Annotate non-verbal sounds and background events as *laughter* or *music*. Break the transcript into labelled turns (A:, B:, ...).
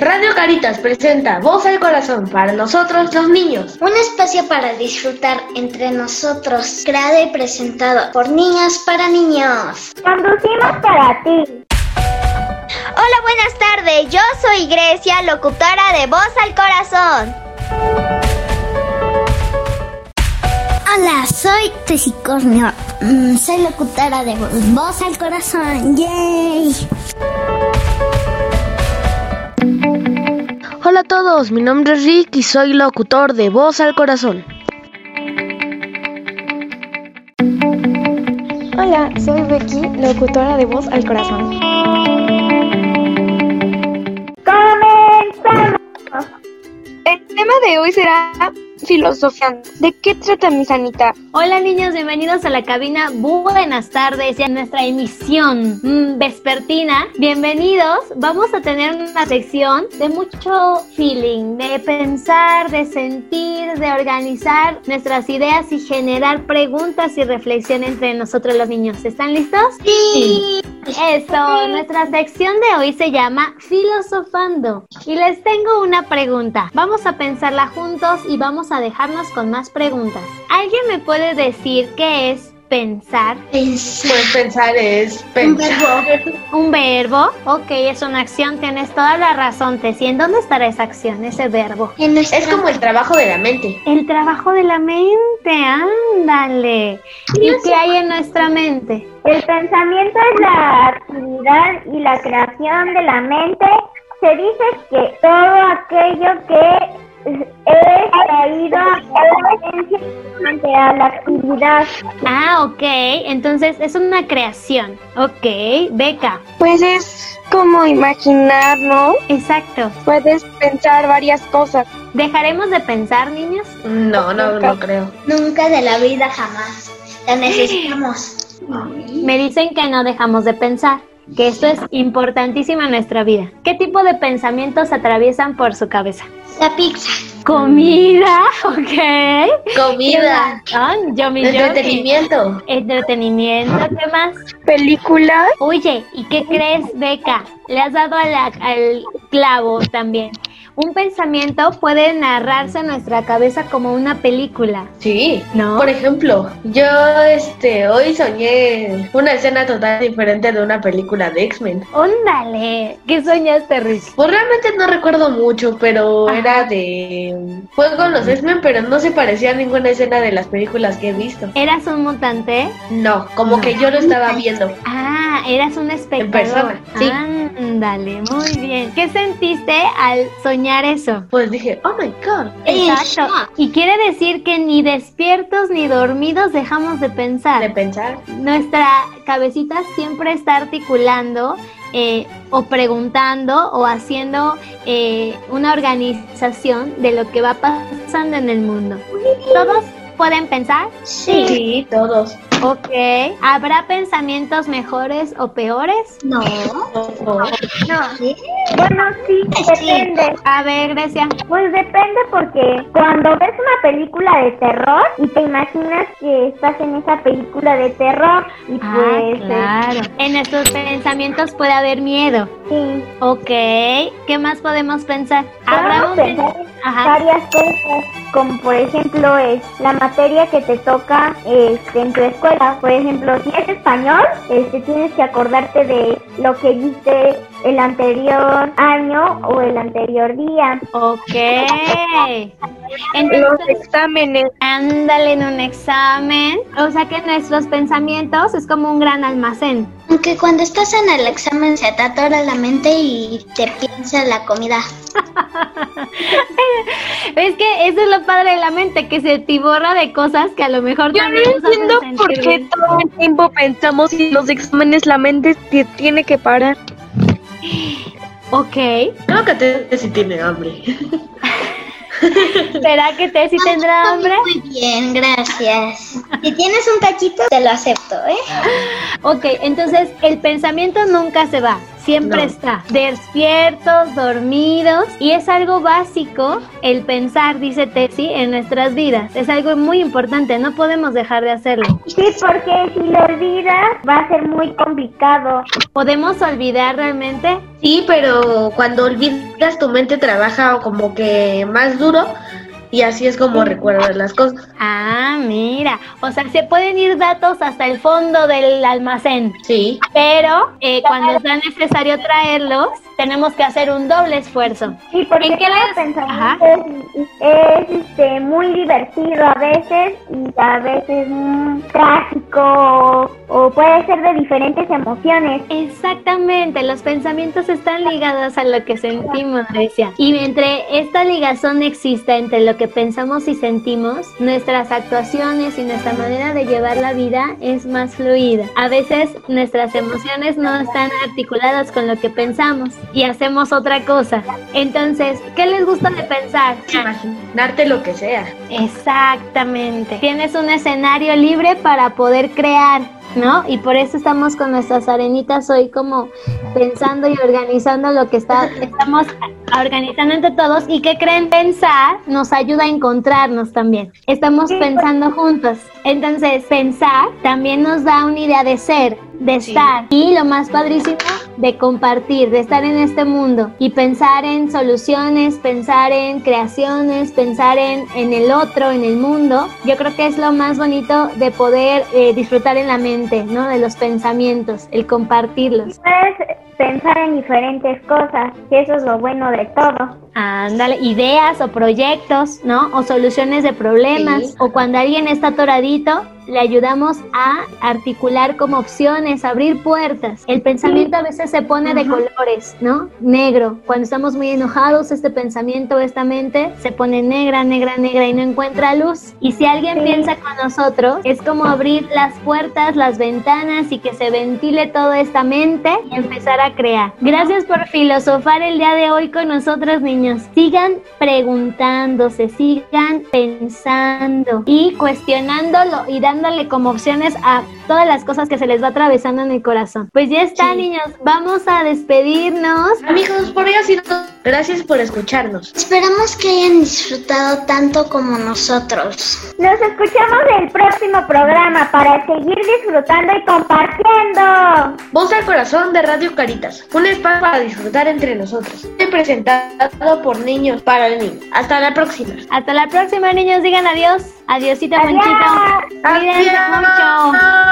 A: Radio Caritas presenta Voz al Corazón para nosotros los niños.
B: Un espacio para disfrutar entre nosotros, creado y presentado por niñas para niños.
C: Conducimos para ti.
D: Hola, buenas tardes. Yo soy Grecia, locutora de Voz al Corazón.
E: Hola, soy Tessicornio. Mm, soy locutora de Voz, Voz al Corazón. ¡Yay!
F: Hola a todos, mi nombre es Rick y soy locutor de Voz al Corazón.
G: Hola, soy Becky, locutora de Voz al Corazón.
C: ¡Comenzamos! El tema de hoy será filosofía. ¿De qué trata mi sanita?
H: Hola niños, bienvenidos a la cabina. Buenas tardes y a nuestra emisión mmm, vespertina. Bienvenidos. Vamos a tener una sección de mucho feeling, de pensar, de sentir, de organizar nuestras ideas y generar preguntas y reflexión entre nosotros los niños. ¿Están listos?
B: Sí.
H: Eso, nuestra sección de hoy se llama Filosofando. Y les tengo una pregunta. Vamos a pensarla juntos y vamos a dejarnos con más preguntas. ¿Alguien me puede decir qué es pensar?
A: Pensar. Pues pensar es pensar.
H: Un verbo. Un verbo. Ok, es una acción. Tienes toda la razón, Tessy. ¿En dónde estará esa acción, ese verbo?
A: En es como el trabajo de la mente.
H: El trabajo de la mente. Ándale. ¿Y qué hay en nuestra mente?
C: El pensamiento es la actividad y la creación de la mente. Se dice que todo aquello que he traído a la actividad.
H: Ah, ok. Entonces es una creación. Ok, Beca.
G: Pues es como imaginar, ¿no?
H: Exacto.
G: Puedes pensar varias cosas.
H: ¿Dejaremos de pensar, niños?
A: No, no, no creo.
B: Nunca de la vida jamás. La necesitamos.
H: Me dicen que no dejamos de pensar que esto es importantísimo en nuestra vida. ¿Qué tipo de pensamientos atraviesan por su cabeza?
B: La pizza.
H: Comida, *laughs* ok.
A: Comida.
H: Oh, yomi,
A: Entretenimiento.
H: Yomi. Entretenimiento,
A: *laughs*
H: ¿qué más?
G: Películas.
H: Oye, ¿y qué crees, Beca? Le has dado la, al clavo también. Un pensamiento puede narrarse en nuestra cabeza como una película.
A: Sí.
H: ¿No?
A: Por ejemplo, yo este hoy soñé una escena total diferente de una película de X-Men.
H: ¡Óndale! ¿Qué soñaste, Rick?
A: Pues realmente no recuerdo mucho, pero Ajá. era de fue con los X-Men, pero no se parecía a ninguna escena de las películas que he visto.
H: ¿Eras un mutante?
A: No, como no. que yo lo estaba viendo.
H: Ah, eras un espectador. En
A: persona. Sí.
H: Ándale, muy bien. ¿Qué sentiste al soñar eso.
A: Pues dije, oh my god.
H: Exacto. Y quiere decir que ni despiertos ni dormidos dejamos de pensar.
A: De pensar.
H: Nuestra cabecita siempre está articulando eh, o preguntando o haciendo eh, una organización de lo que va pasando en el mundo. Todos pueden pensar?
A: Sí. sí. todos.
H: Ok. ¿Habrá pensamientos mejores o peores?
B: No.
H: No.
C: no. ¿Sí? Bueno, sí, depende. Sí.
H: A ver, Grecia.
C: Pues depende porque cuando ves una película de terror y te imaginas que estás en esa película de terror y
H: ah,
C: pues...
H: claro. Eh... En nuestros pensamientos puede haber miedo.
C: Sí.
H: Ok. ¿Qué más podemos pensar?
C: ¿Habrá un... pensar Ajá. varias cosas, como por ejemplo es la materia que te toca este, en tu escuela. Por ejemplo, si es español, este, tienes que acordarte de lo que viste el anterior año o el anterior día.
H: Ok.
G: Entonces, los exámenes.
H: Ándale en un examen. O sea que nuestros pensamientos es como un gran almacén.
B: Aunque cuando estás en el examen se te atora la mente y te piensa la comida.
H: es que eso es lo padre de la mente, que se tiborra de cosas que a lo mejor
G: Yo
H: también
G: no entiendo por qué todo el tiempo pensamos y los exámenes la mente te tiene que parar.
H: Ok.
A: Creo que te si tiene hambre.
H: ¿Será que Tessy tendrá hambre?
B: Ah, Muy bien, gracias. Si tienes un cachito, te lo acepto, ¿eh?
H: Ok, entonces el pensamiento nunca se va siempre
A: No.
H: está. Despiertos, dormidos. Y es algo básico el pensar, dice Tessie, en nuestras vidas. Es algo muy importante, no podemos dejar de hacerlo.
C: Sí, porque si lo olvidas va a ser muy complicado.
H: ¿Podemos olvidar realmente?
A: Sí, pero cuando olvidas tu mente trabaja como que más duro y así es como recuerdas las cosas.
H: Ah, mira. O sea, se pueden ir datos hasta el fondo del almacén.
A: Sí,
H: Pero eh, cuando sea necesario traerlos, tenemos que hacer un doble esfuerzo.
C: Sí, porque
H: ¿En qué
C: cada
H: les-
C: pensamiento es, es, este, muy divertido a veces y a veces mm, trágico o puede ser de diferentes emociones.
H: Exactamente, los pensamientos están ligados a lo que sentimos, decía. Y entre esta ligazón exista entre lo que pensamos y sentimos, nuestras actuaciones y nuestra manera de llevar la vida es más fluida. A veces nuestras emociones no están articuladas con lo que pensamos y hacemos otra cosa. Entonces, ¿qué les gusta de pensar?
A: imaginarte lo que sea.
H: Exactamente. Tienes un escenario libre para poder crear, ¿no? Y por eso estamos con nuestras arenitas hoy como pensando y organizando lo que está, estamos organizando entre todos y que creen pensar nos ayuda a encontrarnos también. Estamos pensando juntos. Entonces, pensar también nos da una idea de ser, de estar y lo más padrísimo de compartir, de estar en este mundo y pensar en soluciones, pensar en creaciones, pensar en, en el otro, en el mundo. Yo creo que es lo más bonito de poder eh, disfrutar en la mente, ¿no? De los pensamientos, el compartirlos.
C: Puedes pensar en diferentes cosas y eso es lo bueno de todo.
H: Ándale, ideas o proyectos, ¿no? O soluciones de problemas.
A: Sí.
H: O cuando alguien está atoradito, le ayudamos a articular como opciones, abrir puertas. El pensamiento a veces se pone de colores, ¿no? Negro. Cuando estamos muy enojados, este pensamiento, esta mente, se pone negra, negra, negra y no encuentra luz. Y si alguien piensa con nosotros, es como abrir las puertas, las ventanas y que se ventile toda esta mente y empezar a crear. Gracias por filosofar el día de hoy con nosotros, niños. Sigan preguntándose, sigan pensando y cuestionándolo y dándole como opciones a todas las cosas que se les va atravesando en el corazón. Pues ya está,
A: Sí.
H: niños. Vamos a despedirnos.
A: Amigos, por hoy ha sido todo. Gracias por escucharnos.
B: Esperamos que hayan disfrutado tanto como nosotros.
C: Nos escuchamos el próximo programa para seguir disfrutando y compartiendo.
A: Voz al corazón de Radio Caritas, un espacio para disfrutar entre nosotros. Presentado por niños para el niño. Hasta la próxima.
H: Hasta la próxima, niños. Digan adiós. Adiósito, Panchito. Cuídense mucho.
A: Adiós.